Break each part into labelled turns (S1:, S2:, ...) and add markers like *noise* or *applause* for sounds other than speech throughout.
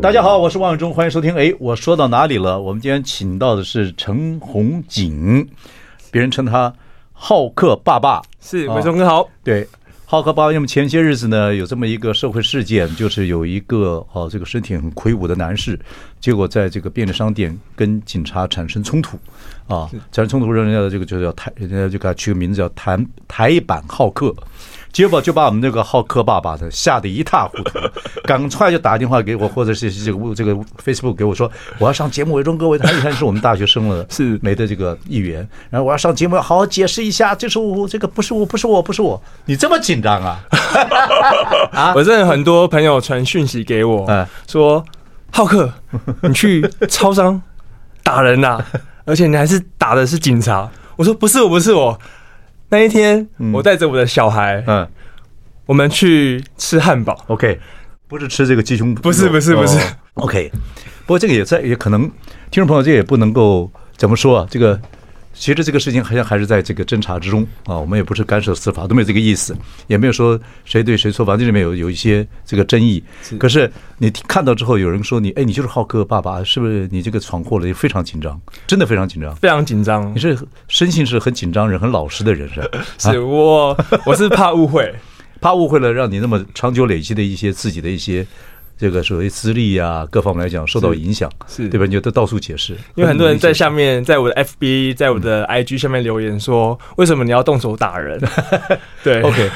S1: 大家好，我是王永忠，欢迎收听。哎，我说到哪里了？我们今天请到的是陈红景，别人称他好客爸爸。
S2: 是
S1: 啊
S2: 伟忠哥好，
S1: 对，浩克巴因为前些日子呢，有这么一个社会事件，就是有一个哦，这个身体很魁梧的男士，结果在这个便利商店跟警察产生冲突，啊，产生冲突，让人家的这个就叫台，人家就给他取个名字叫台台版浩克。结果就把我们那个浩克爸爸的吓得一塌糊涂，赶快就打电话给我，或者是这个这个 Facebook 给我说，我要上节目，伟忠哥，伟他以前是我们大学生了，
S2: 是
S1: 没的这个议员，然后我要上节目，要好好解释一下，这是我，这个不是我，不是我，不是我，你这么紧张啊？
S2: 我认很多朋友传讯息给我
S1: 嗯，
S2: 说
S1: *laughs*
S2: 浩克，你去超商打人呐、而且你还是打的是警察。我说不是我，不是我。那一天，我带着我的小孩，
S1: 嗯
S2: 我们去吃汉堡。
S1: ，OK，不是吃这个鸡胸，
S2: 不是不是不是
S1: 哦，OK，不过这个也在，也可能听众朋友这也不能够怎么说啊，这个。其实这个事情好像还是在这个侦查之中啊，我们也不是干涉司法，都没有这个意思，也没有说谁对谁错，反正这里面有有一些这个争议。可是你看到之后，有人说你，哎，你就是浩克爸爸，是不是？你这个闯祸了，也非常紧张，真的非常紧张。
S2: 非常紧张
S1: 你，是生性是很紧张人、很老实的人
S2: *laughs*
S1: 是吧？
S2: 是我，我是怕
S1: *laughs*
S2: 误会，
S1: 怕误会了，让你那么长久累积的一些自己的一些这个所谓资历啊，各方面来讲受到影响，
S2: 是
S1: 对吧？你就都到处解释，
S2: 因为很多人在下
S1: 面
S2: 面，在我的 FB，在我
S1: 嗯
S2: 的 IG 下面留言说，为什么你要动手
S1: *laughs*
S2: 打人？对 *laughs*
S1: OK，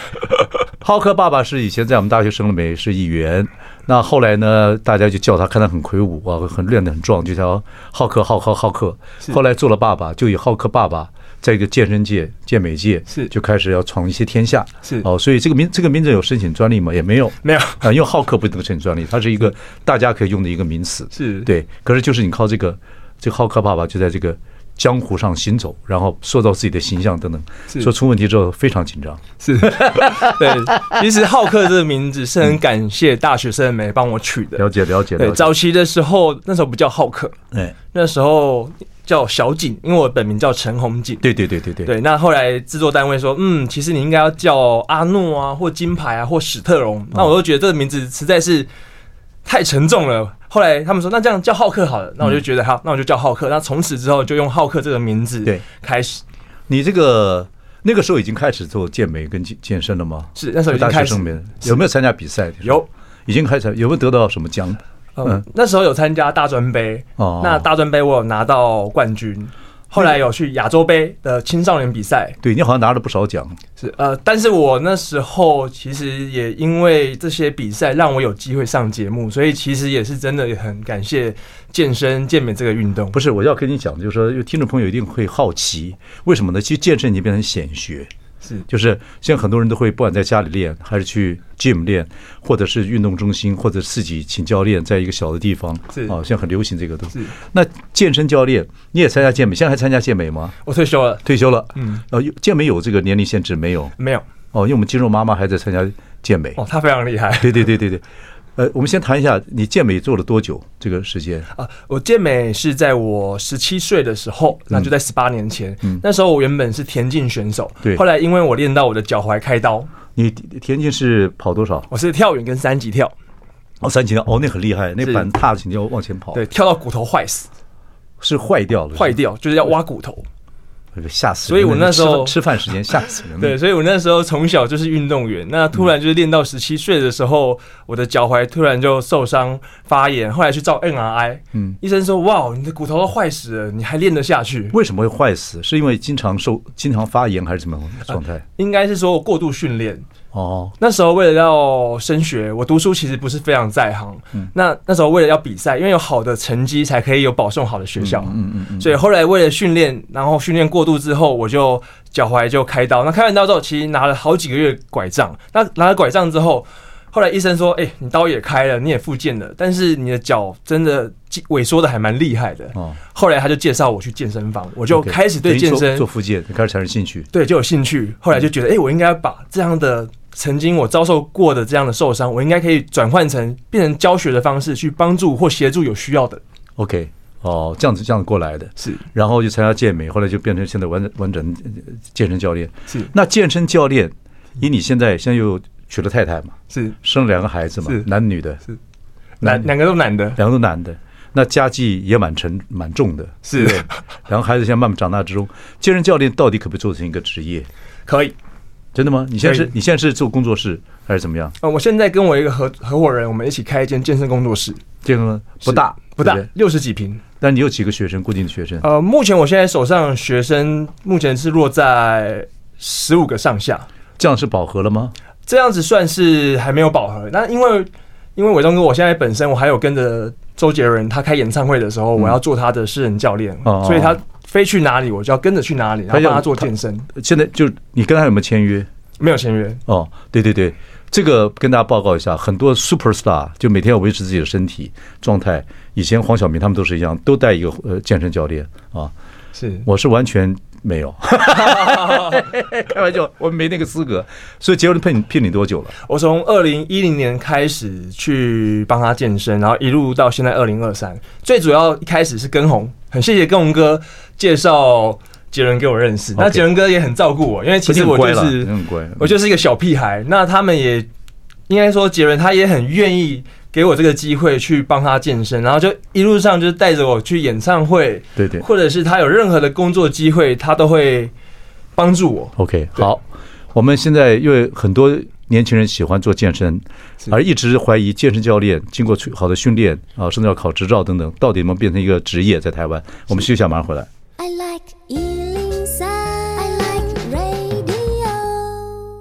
S1: 浩克爸爸是以前在我们大学生里面是议员，那后来呢，大家就叫他，看他很魁梧啊，很练得很壮，就叫浩克，浩克，浩克。后来做了爸爸，就以浩克爸爸在一个健身界、健美界
S2: 是
S1: 就开始要闯一些天下
S2: 是
S1: 哦，所以这个名这个名字有申请专利吗？也没有，
S2: 没有
S1: 啊，因为浩克不能申请专利，它是一个大家可以用的一个名词，
S2: 是
S1: 对。可是就是你靠这个这个浩克爸爸就在这个。江湖上行走，然后塑造自己的形象等等，
S2: 是
S1: 说出问题之后非常紧张。
S2: 是， *laughs* 对，其实浩克这个名字是很感谢大学生们帮我取
S1: 了
S2: 的。
S1: 解了解
S2: 对，
S1: 了解。
S2: 早期的时候，那时候不叫浩克，
S1: 哎，
S2: 那时候叫小景，因为我本名叫陈红景。
S1: 对对对对对，
S2: 对，那后来制作单位说，嗯，其实你应该要叫阿诺啊，或金牌啊，或史特
S1: 哦
S2: 龙。那我都觉得这个名字实在是太沉重了。后来他们说，那这样叫浩克好了。那我就觉得好，那我就叫浩克。那从此之后就用浩克这个名字
S1: 对
S2: 开始。
S1: 你这个那个时候已经开始做健美跟健健身了吗？
S2: 是那时候已经
S1: 大学
S2: 开始
S1: 生们有没有参加比赛？
S2: 有，
S1: 已经开始有没有得到什么奖？
S2: 嗯，那时候有参加大专杯，
S1: 哦
S2: 那大专杯我有拿到冠军，后来有去亚洲杯的青少年比赛，
S1: 对你好像拿了不少奖，
S2: 是呃，但是我那时候其实也因为这些比赛让我有机会上节目，所以其实也是真的很感谢健身健美这个运动，
S1: 不是？我要跟你讲，就是说，有听众朋友一定会好奇，为什么呢？其实健身已经变成显学，
S2: 是
S1: 就是现在很多人都会，不管在家里练，还是去 gym 练，或者是运动中心，或者自己请教练，在一个小的地方，
S2: 是
S1: 啊，现在很流行这个东西
S2: 是。
S1: 那健身教练，你也参加健美，现在还参加健美吗？
S2: 我退休了，
S1: 退休了，嗯，呃，有健美有这个年龄限制没有？
S2: 没有
S1: 哦，因为我们肌肉妈妈还在参加健美。
S2: 哦，他非常厉害
S1: 对对对对对，呃，我们先谈一下你健美做了多久这个时间？
S2: 啊！我健美是在我十七岁的时候，那就在十八年前，那时候我原本是田径选手，
S1: 对
S2: 后来因为我练到我的脚踝开刀，
S1: 你田径是跑多少？
S2: 我是跳远跟三级跳。
S1: 哦，三级跳哦，那很厉害，那
S2: 是
S1: 板踏起你要往前跑，
S2: 对，，跳到骨头坏死，
S1: 是坏掉了，
S2: 坏掉就是要挖骨头。
S1: 是吧吓死人。
S2: 所以我那时候
S1: 吃饭吃饭时间吓死人了。
S2: *laughs* 对，所以我那时候从小就是运动员。那突然就是练到十七岁的时候，我的脚踝突然就受伤发炎，后来去照 MRI，
S1: 嗯
S2: 嗯，医生说：“哇，你的骨头都坏死了，你还练得下去？”
S1: 为什么会坏死？是因为经常受、经常发炎还是怎么状态？
S2: 应该是说我过度训练。
S1: 哦，
S2: 那时候为了要升学，我读书其实不是非常在行。
S1: 嗯
S2: 那那时候为了要比赛，因为有好的成绩才可以有保送好的学校。
S1: 嗯嗯嗯，
S2: 所以后来为了训练，然后训练过度之后，我就脚踝就开刀。那开完刀之后，其实拿了好几个月拐杖。那拿了拐杖之后，后来医生说：“哎、你刀也开了，你也复健了，但是你的脚真的肌萎缩的还蛮厉害的。
S1: 哦，
S2: 后来他就介绍我去健身房，我就
S1: OK，
S2: 开始对
S1: 等于
S2: 健
S1: 做
S2: 身
S1: 做复健，开始产生兴趣。
S2: 对就有兴趣。后来就觉得，哎、我应该把这样的曾经我遭受过的这样的受伤，我应该可以转换成变成教学的方式，去帮助或协助有需要的。
S1: OK，哦，这样子这样子过来的，
S2: 是
S1: 然后就参加健美，后来就变成现在完完整呃健身教练。
S2: 是
S1: 那健身教练，以你现在现在又娶了太太嘛，
S2: 是，
S1: 生了两个孩子嘛
S2: 是，
S1: 男女的，
S2: 是男
S1: 男
S2: 两个都男的，
S1: 两个都男的，那家计也蛮沉蛮重的。
S2: 是
S1: 对然后孩子现在慢慢长大之中，健身教练到底可不可以做成一个职业？
S2: 可以。
S1: 真的吗？你现在
S2: 可
S1: 是
S2: 以
S1: 你现在是做工作室还是怎么样？
S2: 呃，我现在跟我一个合合伙人，我们一起开一间健身工作室，
S1: 这个不大
S2: 是不大
S1: 对对，
S2: 六十几平。
S1: 但你有几个学生？固定的学生？
S2: 呃，目前我现在手上学生目前是落在十五个上下，
S1: 这样是饱和了吗？
S2: 这样子算是还没有饱和。那因为因为伟忠哥，我现在本身我还有跟着周杰伦他开演唱会的时候，我要做他的私人教练，
S1: 嗯哦
S2: 所以他飞去哪里我就要跟着去哪里，然
S1: 他
S2: 后
S1: 要
S2: 帮他做健身，
S1: 现在就你跟他有没有签约？
S2: 没有签约。
S1: 哦，对对对，这个跟大家报告一下，很多 super star 就每天要维持自己的身体状态。以前黄晓明他们都是一样，都带一个呃健身教练啊。
S2: 是
S1: 我是完全没
S2: *laughs*
S1: 有， *laughs* 开玩笑，我没那个资格。所以杰伦骗你骗你多久了？
S2: 我从二零一零年开始去帮他健身，然后一路到现在二零二三。最主要一开始是跟红，很谢谢跟红哥介绍杰伦给我认识。那
S1: OK
S2: 杰伦哥也很照顾我，因为其实我
S1: 不是
S2: 就
S1: 很乖了，
S2: 是
S1: 很乖。
S2: 我就是一个小屁孩。那他们也应该说杰伦他也很愿意给我这个机会去帮他健身，然后就一路上就是带着我去演唱会，
S1: 对对
S2: 或者是他有任何的工作机会，他都会帮助我。
S1: OK，
S2: 对
S1: 好，我们现在因为很多年轻人喜欢做健身，
S2: 是
S1: 而一直怀疑健身教练经过好的训练啊，甚至要考执照等等，到底能不能变成一个职业在台湾？我们休息一下，马上回来。
S3: I like Ealing Sound. I like radio.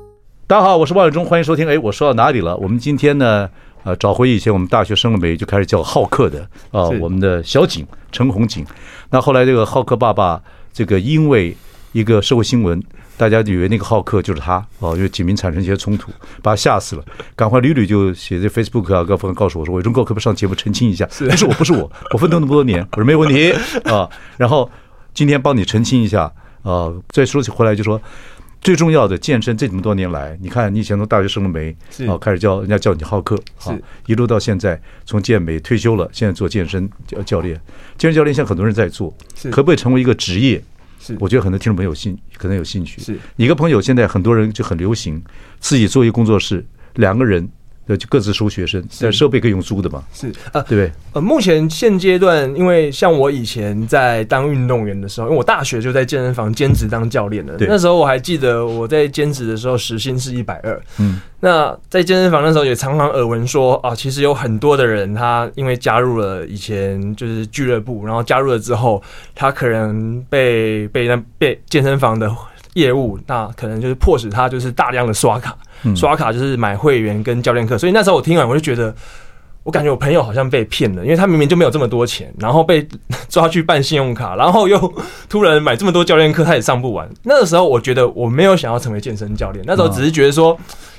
S1: 大家好，我是万永忠，欢迎收听。哎，我说到哪里了？我们今天呢，呃，找回以前我们大学生了没就开始叫浩克的啊、
S2: 是
S1: 我们的小景陈红景。那后来这个浩克爸爸，这个因为一个社会新闻，大家以为那个浩克就是他哦、因为警民产生一些冲突，把他吓死了。赶快屡屡就写这 Facebook 啊，各方面告诉我说，伟忠哥可不可以上节目澄清一下？不是我，不是我，我奋斗那么多年，我说没有问题啊。然后今天帮你澄清一下啊。再说起回来就说。最重要的健身这么多年来，你看你以前从大学生了没？
S2: 是
S1: 啊，开始叫人家叫你浩克，啊
S2: 是，
S1: 一路到现在从健美退休了，现在做健身教教练，健身教练现在很多人在做
S2: 是，
S1: 可不可以成为一个职业？
S2: 是
S1: 我觉得很多听众朋友有兴可能有兴趣。
S2: 是
S1: 一个朋友现在很多人就很流行自己做一个工作室，两个人呃就各自收学生，但设备可以用租的嘛，
S2: 是呃，
S1: 对不
S2: 呃，目前现阶段，因为像我以前在当运动员的时候，因为我大学就在健身房兼职当教练了。
S1: 对
S2: 那时候我还记得我在兼职的时候时薪是一百二。
S1: 嗯，
S2: 那在健身房那时候也常常耳闻说啊，其实有很多的人他因为加入了以前就是俱乐部，然后加入了之后，他可能被被那被健身房的业务，那可能就是迫使他就是大量的刷卡，
S1: 对？
S2: 刷卡就是买会员跟教练课，所以那时候我听完我就觉得，我感觉我朋友好像被骗了，因为他明明就没有这么多钱，然后被 *laughs* 抓去办信用卡，然后又突然买这么多教练课，他也上不完。那个时候我觉得我没有想要成为健身教练，那时候只是觉得说，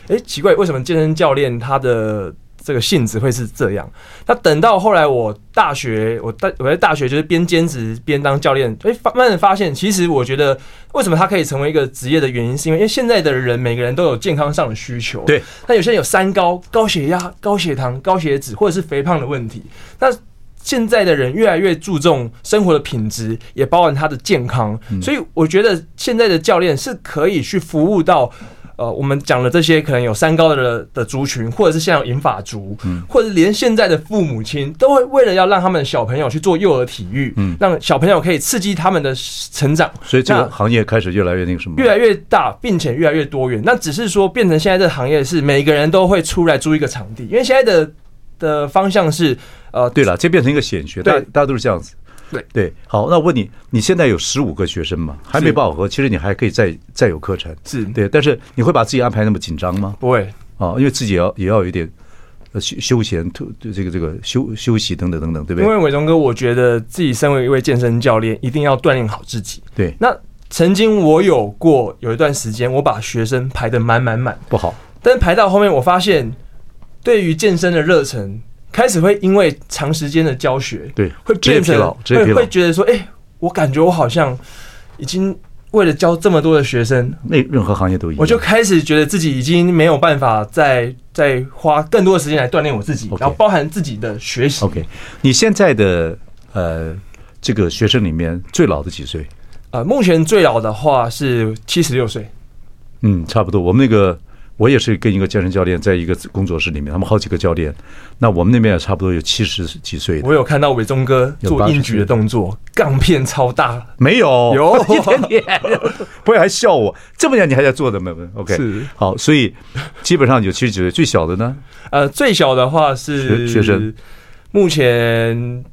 S2: 诶，奇怪，为什么健身教练他的这个性质会是这样？那等到后来我大学，我大我在大学就是边兼职边当教练，诶，发慢慢发现，其实我觉得为什么他可以成为一个职业的原因，是因为因为现在的人每个人都有健康上的需求，
S1: 对，
S2: 那有些人有三高：高血压、高血糖、高血脂，或者是肥胖的问题。那现在的人越来越注重生活的品质，也包含他的健康，
S1: 嗯
S2: 所以我觉得现在的教练是可以去服务到。呃，我们讲的这些可能有三高的的族群，或者是像有银发族，
S1: 嗯
S2: 或者连现在的父母亲都会为了要让他们的小朋友去做幼儿体育，
S1: 嗯
S2: 让小朋友可以刺激他们的成长，
S1: 所以这
S2: 那
S1: 个行业开始越来越那个什么，
S2: 越来越大，并且越来越多元。那只是说，变成现在这个行业是每个人都会出来租一个场地，因为现在的的方向是，呃，
S1: 对了，这变成一个显学，大
S2: 对
S1: 大家都是这样子。
S2: 对
S1: 对，好，那我问你，你现在有十五个学生嘛？还没
S2: 是
S1: 饱和，其实你还可以再再有课程。
S2: 是
S1: 对，但是你会把自己安排那么紧张吗？
S2: 不会
S1: 啊，因为自己也要也要有一点呃休休闲，突这个这个休休息等等等等，对不
S2: 因
S1: 对？
S2: 为伟忠哥，我觉得自己身为一位健身教练，一定要锻炼好自己。
S1: 对，
S2: 那曾经我有过有一段时间，我把学生排得满满满，
S1: 不好，
S2: 但是排到后面，我发现对于健身的热忱开始会因为长时间的教学，
S1: 对
S2: 会
S1: 职业
S2: 变
S1: 疲
S2: 成
S1: 劳职业疲
S2: 会
S1: 劳
S2: 会觉得说，哎、我感觉我好像已经为了教这么多的学生，
S1: 那任何行业都一样。
S2: 我就开始觉得自己已经没有办法再再花更多的时间来锻炼我自己
S1: OK
S2: 然后包含自己的学习。
S1: OK，你现在的呃这个学生里面最老的几岁？
S2: 呃，目前最老的话是七十六岁，
S1: 嗯，差不多。我们那个我也是跟一个健身教练在一个工作室里面，他们好几个教练，那我们那边也差不多有七十几岁的。
S2: 我有看到伟忠哥
S1: 有
S2: 做
S1: 80
S2: 硬举的动作，杠片超大，
S1: 没有，
S2: 有
S1: 哦 *laughs*
S2: *laughs*
S1: 一点点，不要还笑我，这么年你还在做的没有？OK，
S2: 是
S1: 好，所以基本上有七十几岁，最小的呢，
S2: 呃，最小的话是
S1: 学学生，
S2: 目前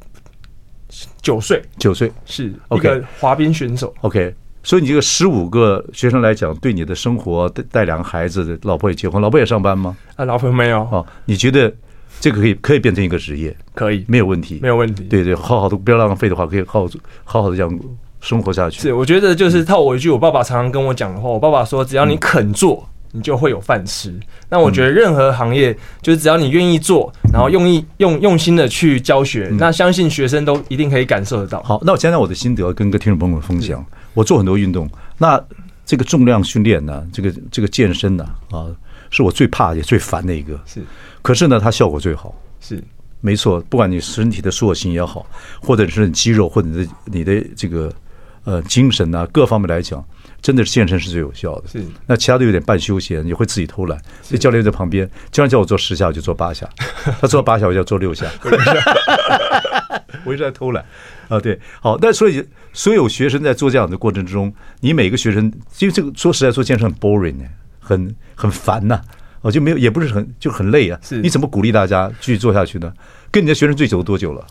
S2: 九岁，
S1: 九岁。
S2: 是一
S1: OK
S2: 个滑冰选手。
S1: OK，所以你这个十五个学生来讲，对你的生活带带两个孩子，老婆也结婚，老婆也上班吗？
S2: 啊，老朋友没有，
S1: 哦，你觉得这个可以可以变成一个职业，
S2: 可以，
S1: 没有问题？
S2: 没有问题。，
S1: 对对，好好的不要浪费的话，可以好好好好的这样生活下去。
S2: 是我觉得就是套我一句，我爸爸常常跟我讲的话，我爸爸说，只要你肯做。你就会有饭吃。嗯那我觉得任何行业，就是只要你愿意做，然后用意用用心的去教学，那相信学生都一定可以感受得到。
S1: 好，那我讲讲我的心得，跟各听众朋友们分享。我做很多运动，那这个重量训练呢，这个这个健身呢，啊，是我最怕也最烦的一个。
S2: 是
S1: 可是呢，它效果最好。
S2: 是，
S1: 没错，不管你身体的塑形也好，或者是你肌肉，或者你的你的这个呃精神啊各方面来讲，真的是健身是最有效的。
S2: 是
S1: 那其他的有点半休闲，也会自己偷懒。所以教练在旁边，教练叫我做十下，我就做八下；他做八下，我就要做六下。我一直在偷懒啊，对，好，那所以所有学生在做这样的过程之中，你每个学生，因为这个说实在做健身很 boring 呢、很很烦呐、哦，就没有也不是很就很累啊，
S2: 是
S1: 你怎么鼓励大家继续做下去呢？跟你的学生最久多久了？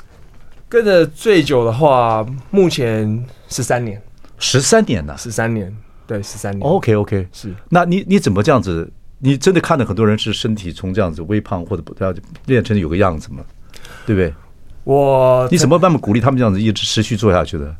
S2: 跟着最久的话，目前十三年，
S1: 十三年呐、
S2: 十三年，对，十三年。
S1: OK OK，
S2: 是
S1: 那你你怎么这样子？你真的看到很多人是身体从这样子微胖或者不要练成有个样子吗？对不对？
S2: 我，
S1: 你怎么办法鼓励他们这样子一直持续做下去的？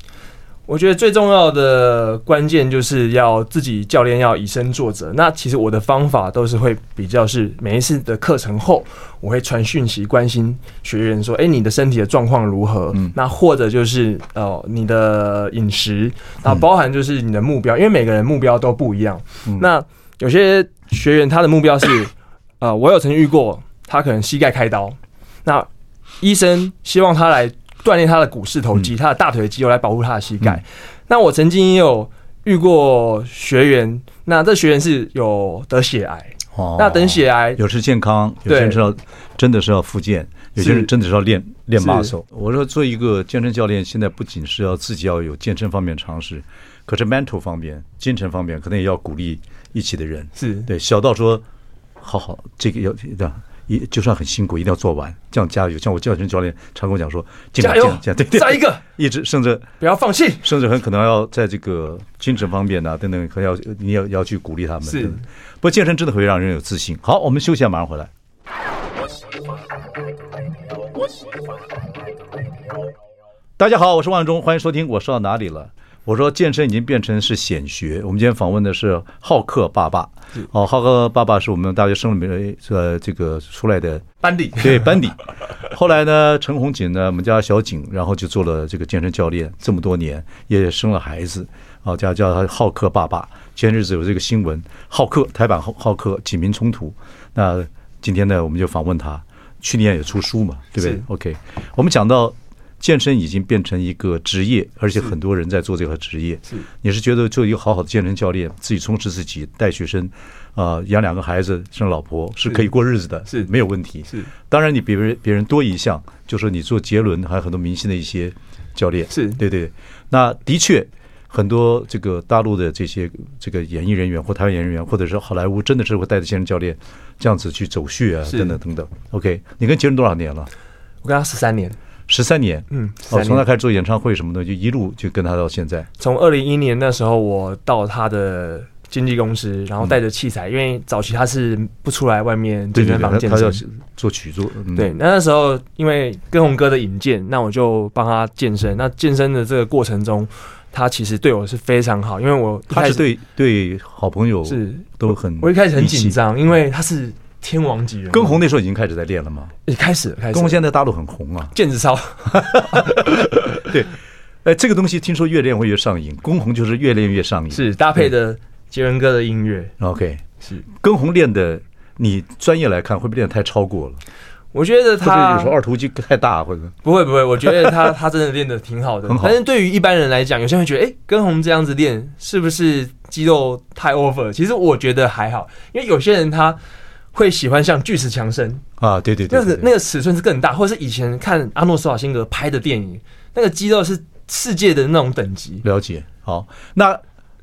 S2: 我觉得最重要的关键就是要自己教练要以身作则。那其实我的方法都是会比较是每一次的课程后，我会传讯息关心学员说：“哎、你的身体的状况如何？”
S1: 嗯
S2: 那或者就是呃你的饮食，那
S1: 嗯
S2: 包含就是你的目标，因为每个人目标都不一样。那有些学员他的目标是，呃，我有曾遇过他可能膝盖开刀，那医生希望他来锻炼他的股四头肌、他的大腿肌肉来保护他的膝盖。
S1: 嗯
S2: 那我曾经也有遇过学员，那这学员是有得血癌，
S1: 哦
S2: 那等血癌
S1: 有是健康，有些人
S2: 对
S1: 是要真的是要复健，有些人
S2: 是
S1: 真的是要练练
S2: 是
S1: muscle。我说做一个健身教练，现在不仅是要自己要有健身方面常识，可是 mental 方面、精神方面，可能也要鼓励一起的人。
S2: 是
S1: 对，小到说，好好，这个要这样。一就算很辛苦，一定要做完，这样加油。像我健身教练常跟我讲说，尽量
S2: 加油
S1: 尽量尽量对对，
S2: 再一个，
S1: 一直甚至
S2: 不要放弃。
S1: 甚至很可能要在这个精神方面呐、等等，可能要你要要去鼓励他们。
S2: 是
S1: 等等，不过健身真的会让人有自信。好，我们休息一下，马上回来。大家好，我是万忠，欢迎收听。我说到哪里了？我说健身已经变成是显学。我们今天访问的是浩克爸爸。哦，浩克爸爸是我们大学生里面呃这个出来的
S2: 班底
S1: 对班底。后来呢，陈红锦呢，我们家小景，然后就做了这个健身教练，这么多年也生了孩子，啊，叫叫他浩克爸爸。前日子有这个新闻，浩克台版浩浩克警民冲突，那今天呢，我们就访问他。去年也出书嘛，对不对
S2: 是
S1: ？OK，我们讲到健身已经变成一个职业，而且很多人在做这个职业。
S2: 是
S1: 你是觉得做一个好好的健身教练，自己充实自己，带学生，啊，养两个孩子，生老婆是可以过日子的，
S2: 是
S1: 没有问题。
S2: 是
S1: 当然你比别人别人多一项，就说你做杰伦，还有很多明星的一些教练，
S2: 是
S1: 对对。那的确，很多这个大陆的这些这个演艺人员或台湾演艺人员，或者是好莱坞，真的是会带着健身教练这样子去走穴啊，
S2: 是
S1: 等等等等。OK，你跟杰伦多少年了？
S2: 我跟他十三年，
S1: 十三年，
S2: 嗯
S1: 哦，
S2: 13
S1: 从他
S2: 年
S1: 开始做演唱会什么的，就一路就跟他到现在。
S2: 从二零一年那时候，我到他的经纪公司，然后带着器材，因为早期他是不出来外面健身
S1: 他
S2: 房健
S1: 他要
S2: 身。
S1: 做曲作，嗯
S2: 对，那那时候因为跟红哥的引荐，那我就帮他健身。那健身的这个过程中，他其实对我是非常好，因为我一
S1: 他
S2: 开
S1: 是
S2: 始
S1: 对对好朋友
S2: 是
S1: 都很，
S2: 我一开始很
S1: 义气
S2: 紧，张，因为他是天王级人物，
S1: 根红那时候已经开始在练了吗？
S2: 也开始了开
S1: 根
S2: 始
S1: 红
S2: 了，
S1: 现在在大陆很红啊。
S2: 毽子
S1: *laughs*
S2: 操，
S1: 对，哎，这个东西听说越练会越上瘾，根红就是越练越上瘾。
S2: 是搭配的杰伦哥的音乐，
S1: OK，
S2: 是
S1: 根红练的，你专业来看会不会练得太超过了？
S2: 我觉得
S1: 或者有
S2: 他
S1: 时候二头肌太大，或者
S2: 不会不会，我觉得他 *laughs* 他真的练的挺好的
S1: 很。好
S2: 但是对于一般人来讲，有些人会觉得，哎、跟红这样子练是不是肌肉太 over？了其实我觉得还好，因为有些人他会喜欢像巨石强森，
S1: 啊，对对对
S2: 那
S1: 对
S2: 个那个尺寸是更大，或者是以前看阿诺·施瓦辛格拍的电影，那个肌肉是世界的那种等级。
S1: 了解。好，那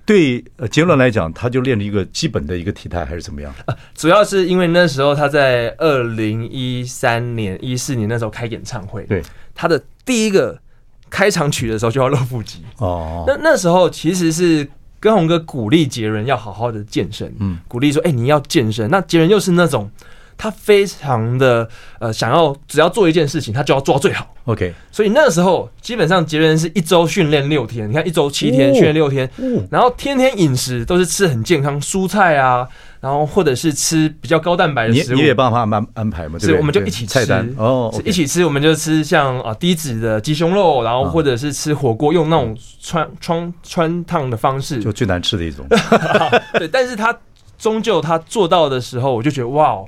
S1: 对呃杰伦来讲，他就练了一个基本的一个体态，还是怎么样？
S2: 主要是因为那时候他在二零一三年、一四年那时候开演唱会，
S1: 对，
S2: 他的第一个开场曲的时候就要露腹肌。
S1: 哦，
S2: 那那时候其实是跟红哥鼓励杰伦要好好的健身，
S1: 嗯
S2: 嗯，鼓励说，哎、你要健身。那杰伦又是那种他非常的呃想要，只要做一件事情，他就要做到最好。
S1: OK，
S2: 所以那时候基本上杰伦是一周训练六天，你看一周七
S1: 哦
S2: 天训练六天，
S1: 哦
S2: 然后天天饮食都是吃很健康蔬菜啊，然后或者是吃比较高蛋白的
S1: 你
S2: 食物。
S1: 你也帮他安安排嘛？对不
S2: 是，
S1: 对
S2: 我们就
S1: 对
S2: 一起吃
S1: 菜单哦
S2: 是
S1: OK
S2: 一起吃，我们就吃像啊低脂的鸡胸肉，然后
S1: 啊
S2: 或者是吃火锅，用那种穿穿穿烫的方式
S1: 就。最难吃的一
S2: *laughs*
S1: 种。
S2: 对，但是他终究他做到的时候，我就觉得哇哦，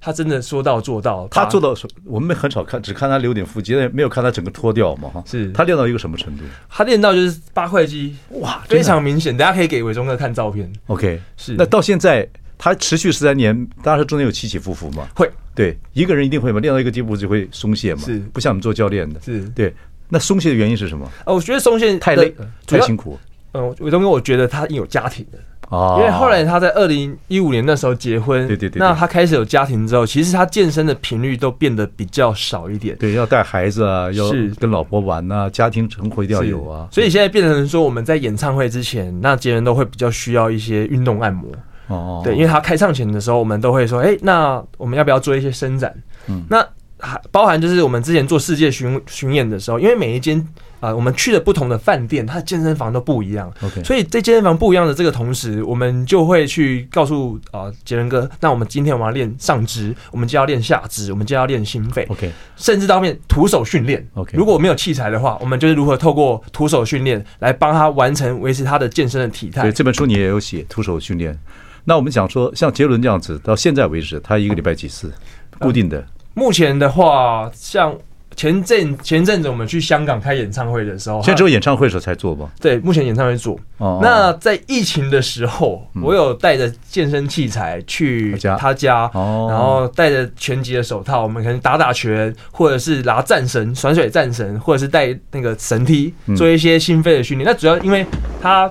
S2: 他真的说到做到，
S1: 他做
S2: 到
S1: 到什？我们很少看，只看他留点腹肌，但没有看他整个脱掉嘛哈。
S2: 是
S1: 他练到一个什么程度？
S2: 他练到就是八块肌，
S1: 哇
S2: 非常明显。大家可以给伟忠哥看照片，
S1: OK。
S2: 是
S1: 那到现在，他持续十三年，当然中间有起起伏伏嘛。
S2: 会
S1: 对，一个人一定会嘛，练到一个地步就会松懈嘛。
S2: 是
S1: 不像我们做教练的。
S2: 是
S1: 对，那松懈的原因是什么？
S2: 呃，我觉得松宪
S1: 太累呃
S2: 的，呃主
S1: 太
S2: 要
S1: 辛苦
S2: 嗯，伟忠哥，我觉得他有家庭的。
S1: 啊
S2: 因为后来他在二零一五年那时候结婚，
S1: 对对对对
S2: 那他开始有家庭之后，其实他健身的频率都变得比较少一点，
S1: 对要带孩子啊，要
S2: 是
S1: 跟老婆玩呐、家庭生活一定要
S2: 是
S1: 有啊。
S2: 所以现在变成说，我们在演唱会之前，那杰人都会比较需要一些运动按摩，
S1: 哦，
S2: 对，因为他开唱前的时候，我们都会说，哎、那我们要不要做一些伸展？
S1: 嗯
S2: 嗯，那还包含就是我们之前做世界巡巡演的时候，因为每一间啊、我们去的不同的饭店，它的健身房都不一样。
S1: OK
S2: 所以在健身房不一样的这个同时，我们就会去告诉啊杰伦哥，那我们今天我们要练上肢，我们就要练下肢，我们就要练心肺
S1: OK
S2: 甚至到面徒手训练。
S1: OK
S2: 如果没有器材的话，我们就是如何透过徒手训练来帮他完成维持他的健身的体态
S1: 对，。这本书你也有写徒手训练。那我们讲说，像杰伦这样子，到现在为止，他一个礼拜几次？
S2: 嗯
S1: 固定的
S2: 目前的话，像前阵前阵子我们去香港开演唱会的时候，
S1: 现在只
S2: 他
S1: 有演唱会时候才做吧？
S2: 对目前演唱会做。
S1: 哦嗯
S2: 那在疫情的时候，我有带着健身器材去
S1: 他家
S2: 他家，
S1: 哦
S2: 然后戴着拳击的手套，我们可能打打拳，或者是拿战绳、甩水战绳，或者是带那个绳梯
S1: 嗯
S2: 做一些心肺的训练。那主要因为他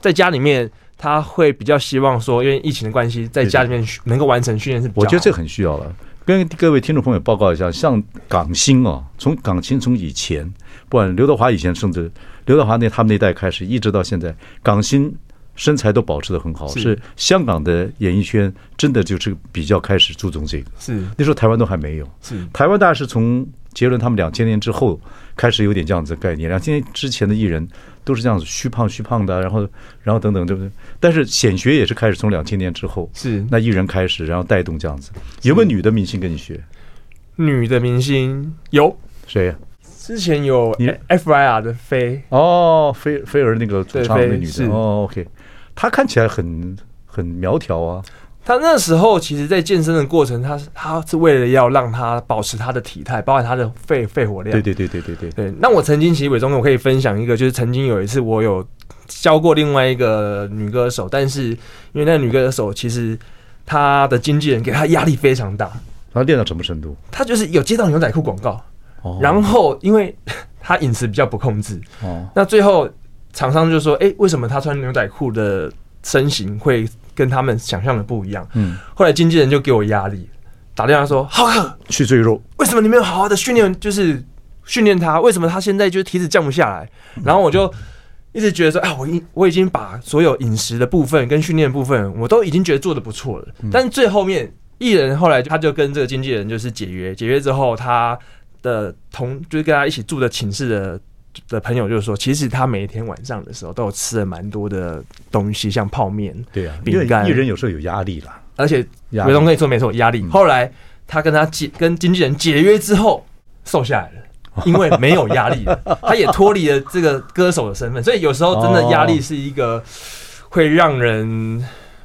S2: 在家里面。他会比较希望说，因为疫情的关系，在家里面能够完成训练是比较
S1: 我觉得这
S2: 好
S1: 个很需要了。跟各位听众朋友报告一下，像港星啊，从港星从以前，不管刘德华以前，甚至刘德华那他们那代开始，一直到现在，港星身材都保持得很好，
S2: 是
S1: 是香港的演艺圈真的就是比较开始注重这个。
S2: 是
S1: 那时候台湾都还没有，
S2: 是
S1: 台湾大概是从杰伦他们两千年之后开始有点这样子的概念，两千年之前的艺人都是这样子虚胖虚胖的，然后然后等等，对不对？但是显学也是开始从两千年之后，
S2: 是
S1: 那艺人开始，然后带动这样子。有没有女的明星跟你学？
S2: 女的明星有，
S1: 谁呀、
S2: 之前有
S1: 你
S2: FIR 的飞，
S1: 哦，菲菲儿那个主唱
S2: 对
S1: 那
S2: 菲
S1: 女
S2: 是
S1: 的。哦，OK，她看起来很很苗条啊。
S2: 她那时候其实在健身的过程，她是她是为了要让她保持她的体态，包含她的肺肺活量。
S1: 对对对对对对。
S2: 对，那我曾经其实伟忠，我可以分享一个，就是曾经有一次我有教过另外一个女歌手，但是因为那个女歌手其实她的经纪人给她压力非常大，
S1: 她练到什么程度？
S2: 她就是有接到牛仔裤广告，
S1: 哦
S2: 然后因为她饮食比较不控制，
S1: 哦
S2: 那最后厂商就说：“哎、为什么他穿牛仔裤的身形会跟他们想象的不一样？”
S1: 嗯，
S2: 后来经纪人就给我压力，打电话说：“浩克，
S1: 去赘肉。
S2: 为什么你没有好好的训练，就是训练他？为什么他现在就是体脂降不下来？”然后我就。一直觉得说，啊，我已我已经把所有饮食的部分跟训练的部分，我都已经觉得做的不错了。
S1: 嗯
S2: 但是最后面，艺人后来他就跟这个经纪人就是解约，解约之后，他的同就是跟他一起住的寝室的的朋友就是说，其实他每一天晚上的时候都有吃了蛮多的东西，像泡面、
S1: 对啊，因为
S2: 饼干
S1: 艺人有时候有压力啦。
S2: 而且
S1: 压力嗯
S2: 伟东跟你说没错，压力。后来他跟他解跟经纪人解约之后，瘦下来了，
S1: *laughs*
S2: 因为没有压力了，他也脱离了这个歌手的身份，所以有时候真的压力是一个会让人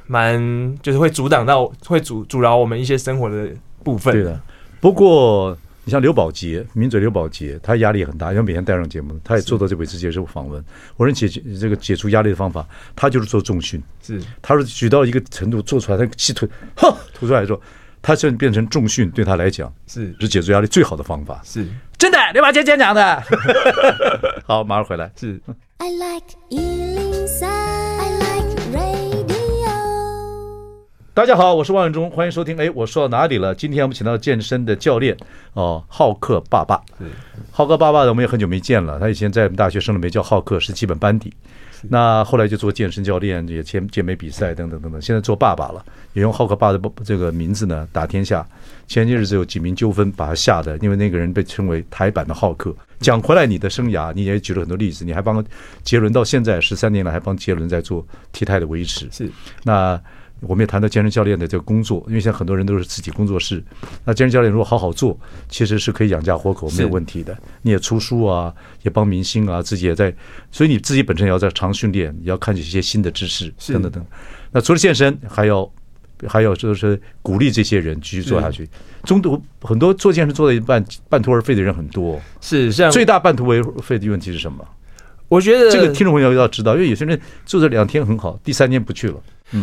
S2: 蛮就是会阻挡到会阻阻挠我们一些生活的部分。
S1: 对的。不过你像刘宝杰，名嘴刘宝杰，他压力很大，因为每天带上节目，他也做到这每次接受访问。我认解决这个解除压力的方法，他就是做重训。
S2: 是
S1: 他说举到一个程度，做出来他气吐， *laughs* 哈吐出来的时候，他现在变成重训，对他来讲
S2: 是
S1: 是解除压力最好的方法。 *laughs*
S2: 是
S1: 真的，刘宝杰今天讲的。好，马上回来。
S2: 是，
S3: I like Ealing Sound. I like radio.
S1: 大家好，我是王永忠，欢迎收听。哎，我说到哪里了？今天我们请到健身的教练哦，浩克爸爸。浩克爸爸呢，我们也很久没见了。他以前在我们大学生里面叫浩克，是基本班底。那后来就做健身教练，也健健美比赛等等等等。现在做爸爸了，也用浩克爸的这个名字呢打天下。前些日子有几名纠纷把他吓得，因为那个人被称为台版的浩克。讲回来，你的生涯你也举了很多例子，你还帮杰伦到现在十三年来还帮杰伦在做体态的维持。
S2: 是
S1: 那我们也谈到健身教练的这个工作，因为现在很多人都是自己工作室。那健身教练如果好好做，其实是可以养家活口没有问题的。你也出书啊，也帮明星啊，自己也在，所以你自己本身也要在常训练，也要看一些新的知识
S2: 是
S1: 等等等。那除了健身，还要还有就是鼓励这些人继续做下去。中途很多做健身做到一半半途而废的人很多，
S2: 是，像
S1: 最大半途而废的问题是什么？
S2: 我觉得
S1: 这个听众朋友要知道，因为有些人做这两天很好，第三天不去了。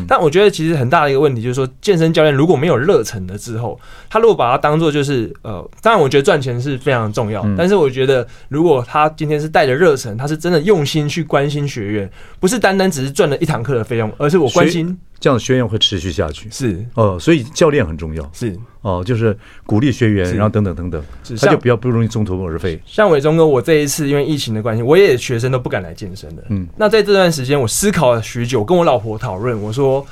S2: 但我觉得其实很大的一个问题就是说，健身教练如果没有热忱了之后，他如果把它当做就是呃，当然我觉得赚钱是非常重要，但是我觉得如果他今天是带着热忱，他是真的用心去关心学员，不是单单只是赚了一堂课的费用，而是我关心
S1: 这样的宣言会持续下去。
S2: 是
S1: 哦，所以教练很重要
S2: 是。
S1: 哦，就是鼓励学员，
S2: 是
S1: 然后等等等等
S2: 是，
S1: 他就
S2: 像
S1: 比较不容易中途而废。
S2: 像伟忠哥，我这一次因为疫情的关系，我也学生都不敢来健身了。嗯，那在这段时间，我思考了许久，跟我老婆讨论，我说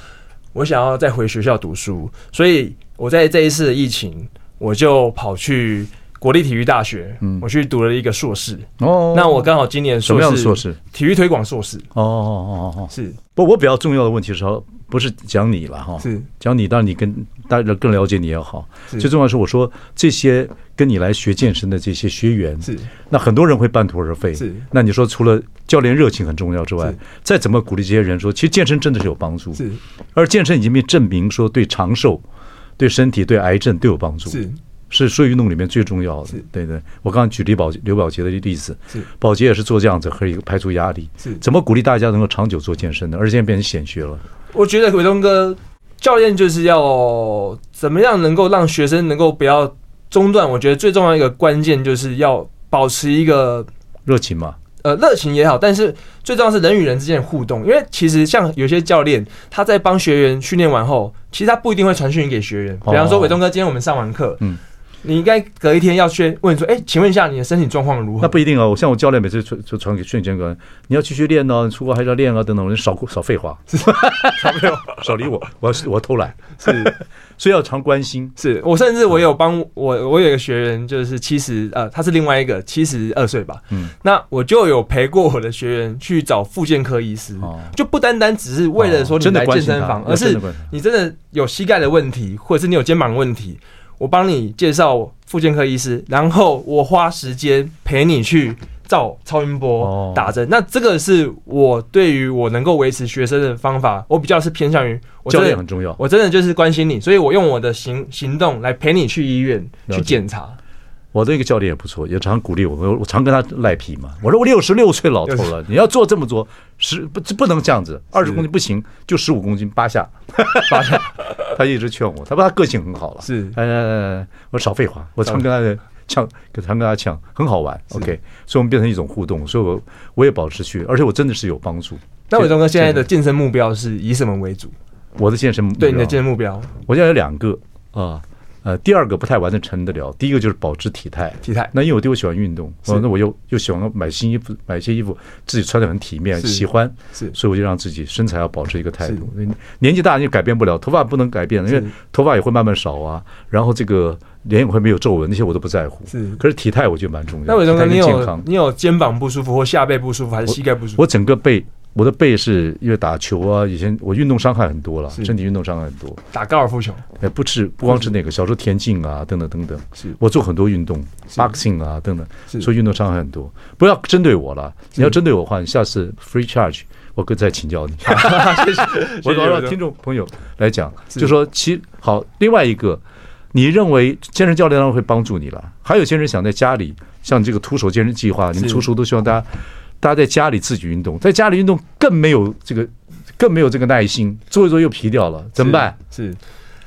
S2: 我想要再回学校读书，所以我在这一次的疫情，我就跑去国立体育大学，我去读了一个硕士。
S1: 哦
S2: 那我刚好今年
S1: 嗯什么
S2: 硕
S1: 样的
S2: 士，
S1: 硕士？
S2: 体育推广硕士，
S1: 哦哦哦哦哦，
S2: 是
S1: 不，我比较重要的问题是说，不是讲你了哈，
S2: 是
S1: 讲你，当然你跟大家更了解你也好。
S2: 是
S1: 最重要的是，我说这些跟你来学健身的这些学员，
S2: 是
S1: 那很多人会半途而废。
S2: 是
S1: 那你说除了教练热情很重要之外
S2: 是，
S1: 再怎么鼓励这些人说，其实健身真的是有帮助。
S2: 是
S1: 而健身已经被证明说对长寿、对身体、对癌症都有帮助。
S2: 是
S1: 是所有运动里面最重要的
S2: 是。
S1: 对对，我刚刚举例宝刘宝杰的例子
S2: 是，
S1: 宝杰也是做这样子，可以排除压力。
S2: 是
S1: 怎么鼓励大家能够长久做健身呢？而现在变成显学了。
S2: 我觉得伟东哥教练就是要怎么样能够让学生能够不要中断。我觉得最重要一个关键就是要保持一个
S1: 热情嘛，
S2: 呃热情也好，但是最重要是人与人之间的互动。因为其实像有些教练他在帮学员训练完后，其实他不一定会传讯给学员。比方说
S1: 哦
S2: 伟东哥，今天我们上完课，
S1: 嗯
S2: 嗯。你应该隔一天要去问说，哎、请问一下你的身体状况如
S1: 那
S2: 何？
S1: 不一定哦。像我教练每次传就传给瞬间哥，你要继续练哦，你出国还是要练啊，等等，我就少少废话，少废话，少理我，我我偷懒，
S2: 是
S1: *laughs* 所以要常关心。
S2: 是我甚至我有帮我我有一个学员，就是七十呃，他是另外一个七十二岁吧，
S1: 嗯
S2: 嗯，那我就有陪过我的学员去找复健科医师，
S1: 哦
S2: 就不单单只是为了说
S1: 哦
S2: 你
S1: 真的
S2: 来
S1: 关
S2: 健
S1: 心
S2: 身
S1: 他
S2: 房，
S1: 要
S2: 而
S1: 真
S2: 是
S1: 的关心
S2: 你真的有膝盖的问题，或者是你有肩膀的问题，我帮你介绍复健科医师，然后我花时间陪你去。照超音
S1: 哦
S2: 波打针，那这个是我对于我能够维持学生的方法，我比较是偏向于我
S1: 教
S2: 真的
S1: 练很重要。
S2: 我真的就是关心你，所以我用我的行行动来陪你去医院
S1: 了解
S2: 去检查。
S1: 我的一个教练也不错，也常鼓励我，我我常跟他赖皮嘛。我说我六十六岁老头
S2: *laughs*
S1: 了，你要做这么做，十不这不能这样子，二十公斤不行，就十五公斤八下，八下。他一直劝我，他说他个性很好了，
S2: 是
S1: 哎，哎哎哎我少废话，我常跟他呛，常跟他呛，很好玩。OK，所以我们变成一种互动，所以我我也保持去，而且我真的是有帮助。
S2: 那伟
S1: 这
S2: 忠哥现在的健身目标是以什么为主？
S1: 我的健身目标，
S2: 对你的健身目标，
S1: 我现在有两个啊，呃，第二个不太完得成得了，第一个就是保持体态，
S2: 体态
S1: 那因为我对我喜欢运动，哦，那我又又喜欢买新衣服，买一些衣服自己穿的很体面，
S2: 是
S1: 喜欢，
S2: 是
S1: 所以我就让自己身材要保持一个态度。年纪大你改变不了，头发不能改变，因为
S2: 是
S1: 头发也会慢慢少啊，然后这个脸也会没有皱纹，那些我都不在乎。
S2: 是
S1: 可是体态我觉得蛮重要的。
S2: 那伟忠哥，
S1: 体态
S2: 你
S1: 跟健康
S2: 有你有肩膀不舒服或下背不舒服，还是膝盖不舒服？
S1: 我整个背我的背是因为打球啊，以前我运动伤害很多了，身体运动伤害很多，
S2: 打高尔夫球，
S1: 哎，不吃不光吃那个，小时候田径啊，等等等等，
S2: 是
S1: 我做很多运动，boxing 啊等
S2: 是
S1: 等，所以运动伤害很多。不要针对我了，你要针对我的话，你下次 free charge 我可以再请教你。我
S2: 谢谢
S1: 老
S2: 我
S1: 让
S2: 的
S1: 听众朋友来讲，就说其好，另外一个，你认为健身教练当然会帮助你了，还有些人想在家里，像这个徒手健身计划，你们
S2: 是
S1: 厨厨都希望大家大家在家里自己运动，在家里运动更没有这个更没有这个耐心，做一做又疲掉了，怎么办？
S2: 是是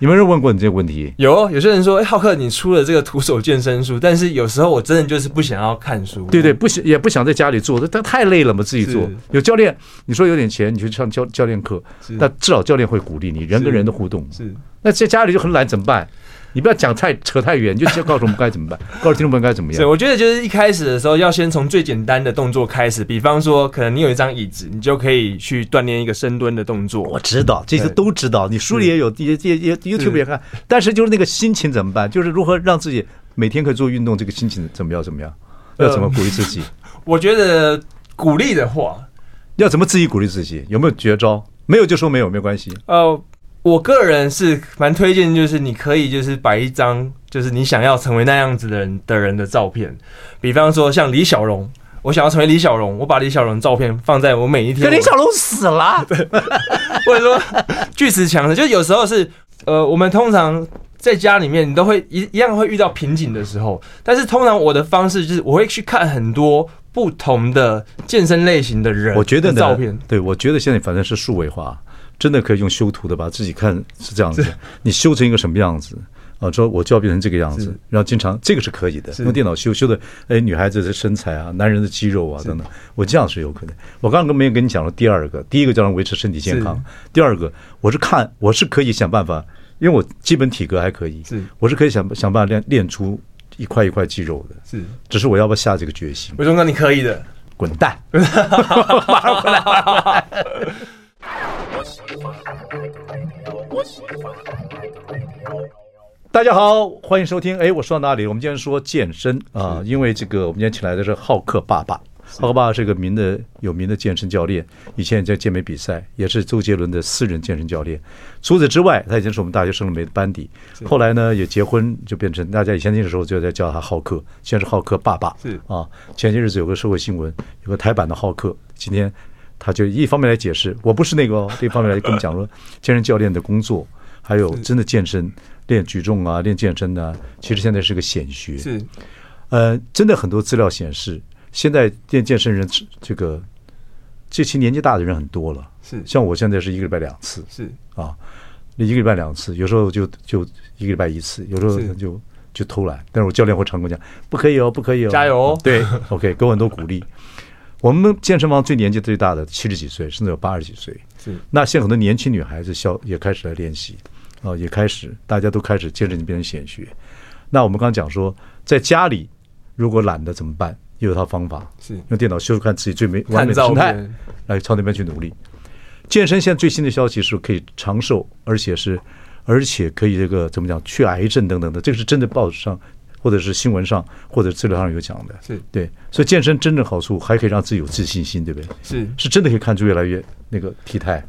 S1: 有没有人问过你这个问题？
S2: 有哦有些人说，哎、浩克，你出了这个徒手健身书，但是有时候我真的就是不想要看书。
S1: 对对，，不想也不想在家里做，但太累了嘛，自己做
S2: 嗯是。
S1: 有教练，你说有点钱，你去上教教练课
S2: 是，
S1: 那至少教练会鼓励你，人跟人的互动。
S2: 是
S1: 那在家里就很懒，怎么办？你不要讲太扯太远，你就直接告诉我们该怎么办， *laughs* 告诉听众朋友该怎么
S2: 对，
S1: 样。
S2: 我觉得就是一开始的时候要先从最简单的动作开始，比方说，可能你有一张椅子，你就可以去锻炼一个深蹲的动作。
S1: 知道，这
S2: 对
S1: 都知道，你书也有，也也也 YouTube
S2: 是
S1: 看，但是就是那个心情怎么办？就是如何让自己每天可以做运动，这个心情怎么样？怎么样？要
S2: 呃
S1: 怎么鼓励自己？
S2: 我觉得鼓励的话，
S1: 要怎么自己鼓励自己？有没有绝招？没有就说没有，没有关系。
S2: 呃，我个人是蛮推荐，就是你可以就是摆一张就是你想要成为那样子的人的人的照片，比方说像李小龙，我想要成为李小龙，我把李小龙照片放在我每一
S1: 可
S2: 天，
S1: 林小龙死了，
S2: *laughs* 或者说巨石强森，就有时候是呃，我们通常在家里面，你都会一一样会遇到瓶颈的时候，但是通常我的方式就是我会去看很多不同的健身类型的人，
S1: 我觉得呢
S2: 照片
S1: 对我觉得现在反正是数位化，真的可以用修图的把自己看是这样子，你修成一个什么样子。啊，说我就要变成这个样子，然后经常这个是可以的，用电脑修修的，哎，女孩子的身材啊，男人的肌肉啊等等，我这样是有可能。我刚刚没有跟你讲了第二个，第一个叫人维持身体健康，第二个我是看我是可以想办法，因为我基本体格还可以，
S2: 是
S1: 我是可以想想办法练练出一块一块肌肉的，
S2: 是
S1: 只是我要不要下这个决心？
S2: 伟忠哥，你可以的。
S1: 滚蛋！大家好，欢迎收听。哎，我说到哪里？我们今天说健身啊，因为这个我们今天请来的是浩克爸爸。浩克爸爸是个名的有名的健身教练，以前也在健美比赛，也是周杰伦的私人健身教练。除此之外，他以前是我们大学生的美班底，后来呢也结婚，就变成大家以前那个时候就在叫他浩克，现在是浩克爸爸。
S2: 是
S1: 啊，前些日子有个社会新闻，有个台版的浩克，今天他就一方面来解释，我不是那个哦，另一方面来跟我们讲说健身教练的工作，还有真的健身练举重啊，练健身啊，其实现在是个显学。
S2: 是
S1: 呃，真的很多资料显示，现在练健身人这个这期年纪大的人很多了，
S2: 是
S1: 像我现在是一个礼拜两次
S2: 是
S1: 啊，一个礼拜两次，有时候就就一个礼拜一次，有时
S2: 是
S1: 候就就偷懒，但是我教练会常跟我讲，不可以哦，不可以哦，
S2: 加油哦
S1: 对，OK，给我很多鼓励。我们健身房最年纪最大的七十几岁，甚至有八十几岁，
S2: 是
S1: 那现在很多年轻女孩子消也开始来练习，啊、也开始大家都开始健身变成显学。那我们刚刚讲说，在家里如果懒得怎么办？也有套方法，
S2: 是
S1: 用电脑修看自己最美完美的
S2: 照
S1: 形态
S2: 片，
S1: 来朝那边去努力。健身现在最新的消息是可以长寿，而且是而且可以这个怎么讲去癌症等等的，这个是真的报纸上或者是新闻上或者资料上有讲的。
S2: 是
S1: 对，所以健身真正好处还可以让自己有自信心，对不对？
S2: 是
S1: 是真的可以看出越来越那个体态。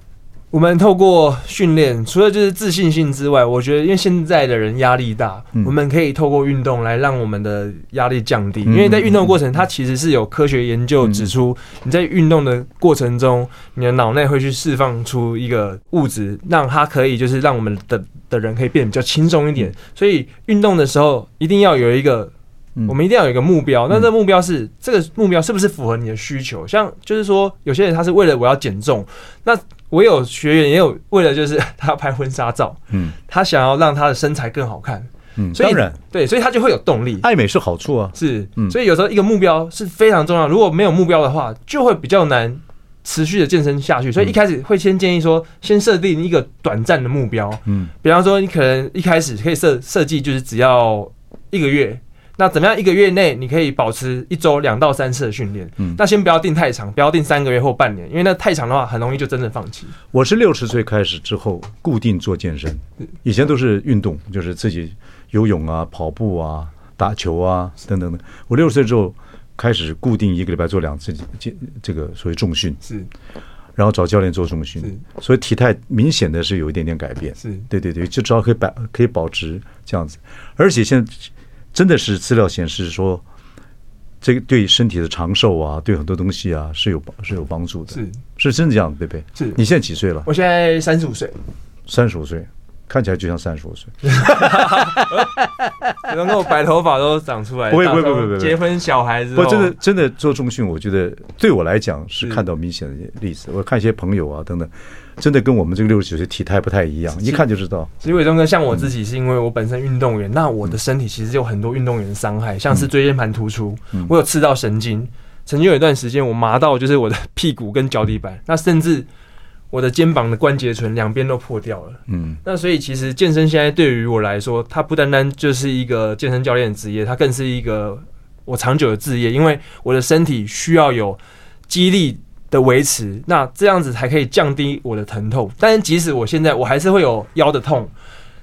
S2: 我们透过训练，除了就是自信心之外，我觉得因为现在的人压力大，
S1: 嗯
S2: 我们可以透过运动来让我们的压力降低。因为在运
S1: 嗯
S2: 动过程，它其实是有科学研究指出，你在运动的过程中，你的脑内会去释放出一个物质，让它可以就是让我们的的人可以变得比较轻松一点。所以运动的时候一定要有一个
S1: 嗯
S2: 我们一定要有一个目标，那这个目标是这个目标是不是符合你的需求？像就是说，有些人他是为了我要减重，那我有学员也有为了就是 *laughs* 他要拍婚纱照，
S1: 嗯
S2: 他想要让他的身材更好看，
S1: 嗯，
S2: 所以
S1: 当然，
S2: 对，所以他就会有动力。
S1: 爱美是好处啊。
S2: 是，
S1: 嗯
S2: 所以有时候一个目标是非常重要，如果没有目标的话，就会比较难持续的健身下
S1: 嗯
S2: 去。所以一开始会先建议说，先设定一个短暂的目标，
S1: 嗯，
S2: 比方说，你可能一开始可以设设计，就是只要一个月。那怎么样？一个月内你可以保持一周两到三次的训练。
S1: 嗯
S2: 那先不要定太长，不要定三个月或半年，因为那太长的话，很容易就真的放弃。
S1: 我是六十岁开始之后固定做健身，以前都是运动，就是自己游泳啊、跑步啊、打球啊等等的。我六十岁之后开始固定一个礼拜做两次健这个所谓重训，
S2: 是
S1: 然后找教练做重
S2: 是
S1: 训，所以体态明显的是有一点点改变。
S2: 是
S1: 对对对，就至少可以保可以保持这样子，而且现在真的是资料显示说，这个对身体的长寿啊，对很多东西啊是有帮是有帮助的，
S2: 是
S1: 是真的这样，对不对？
S2: 是
S1: 你现在几岁了？
S2: 我现在三十五 *laughs* 岁，
S1: 三十五岁，看起来就像三十五岁。
S2: 然后我白头发都长出来，
S1: 不会
S2: 到时候
S1: 不会不会不会
S2: 结婚小孩子，
S1: 不，真的真的做重训，我觉得对我来讲是
S2: 是
S1: 看到明显的例子。我看一些朋友啊等等，真的跟我们这个六十九岁体态不太一样，一看就知道。
S2: 其实伟忠哥，像我自己是因为我本身运动员，那我的身体其实有很多运动员的伤害，像是椎间盘突出，我有刺到神经，曾经有一段时间我麻到就是我的 *laughs* 屁股跟脚底板，那甚至我的肩膀的关节唇两边都破掉了。
S1: 嗯，
S2: 那所以其实健身现在对于我来说，它不单单就是一个健身教练的职业，它更是一个我长久的职业，因为我的身体需要有肌力的维持，那这样子才可以降低我的疼痛。但是即使我现在我还是会有腰的痛。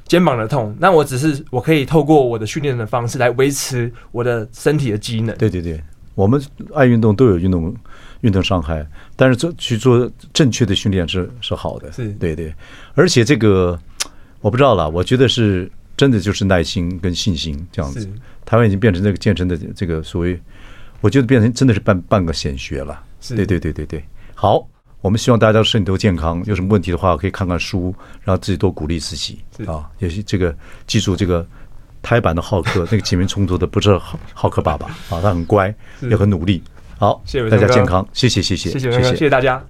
S2: 肩膀的痛，那我只是我可以透过我的训练的方式来维持我的身体的机能。
S1: 对对对，我们爱运动都有运动运动伤害，但是做去做正确的训练是是好的，
S2: 是
S1: 对对，而且这个我不知道啦，我觉得是真的就是耐心跟信心这样子
S2: 是。
S1: 台湾已经变成这个健身的这个所谓，我觉得变成真的是半半个显学了。
S2: 是
S1: 对对对对对，好。我们希望大家身体都健康，有什么问题的话可以看看书，然后自己多鼓励自己
S2: 是
S1: 啊。也是这个记住这个 *laughs* 台版的浩克，那个起名冲突的不是浩浩克爸爸啊，他很乖，
S2: 是
S1: 也很努力。好，
S2: 谢谢伟
S1: 大家
S2: 忠哥
S1: 健康，谢谢谢谢
S2: 谢谢文哥，谢谢大家。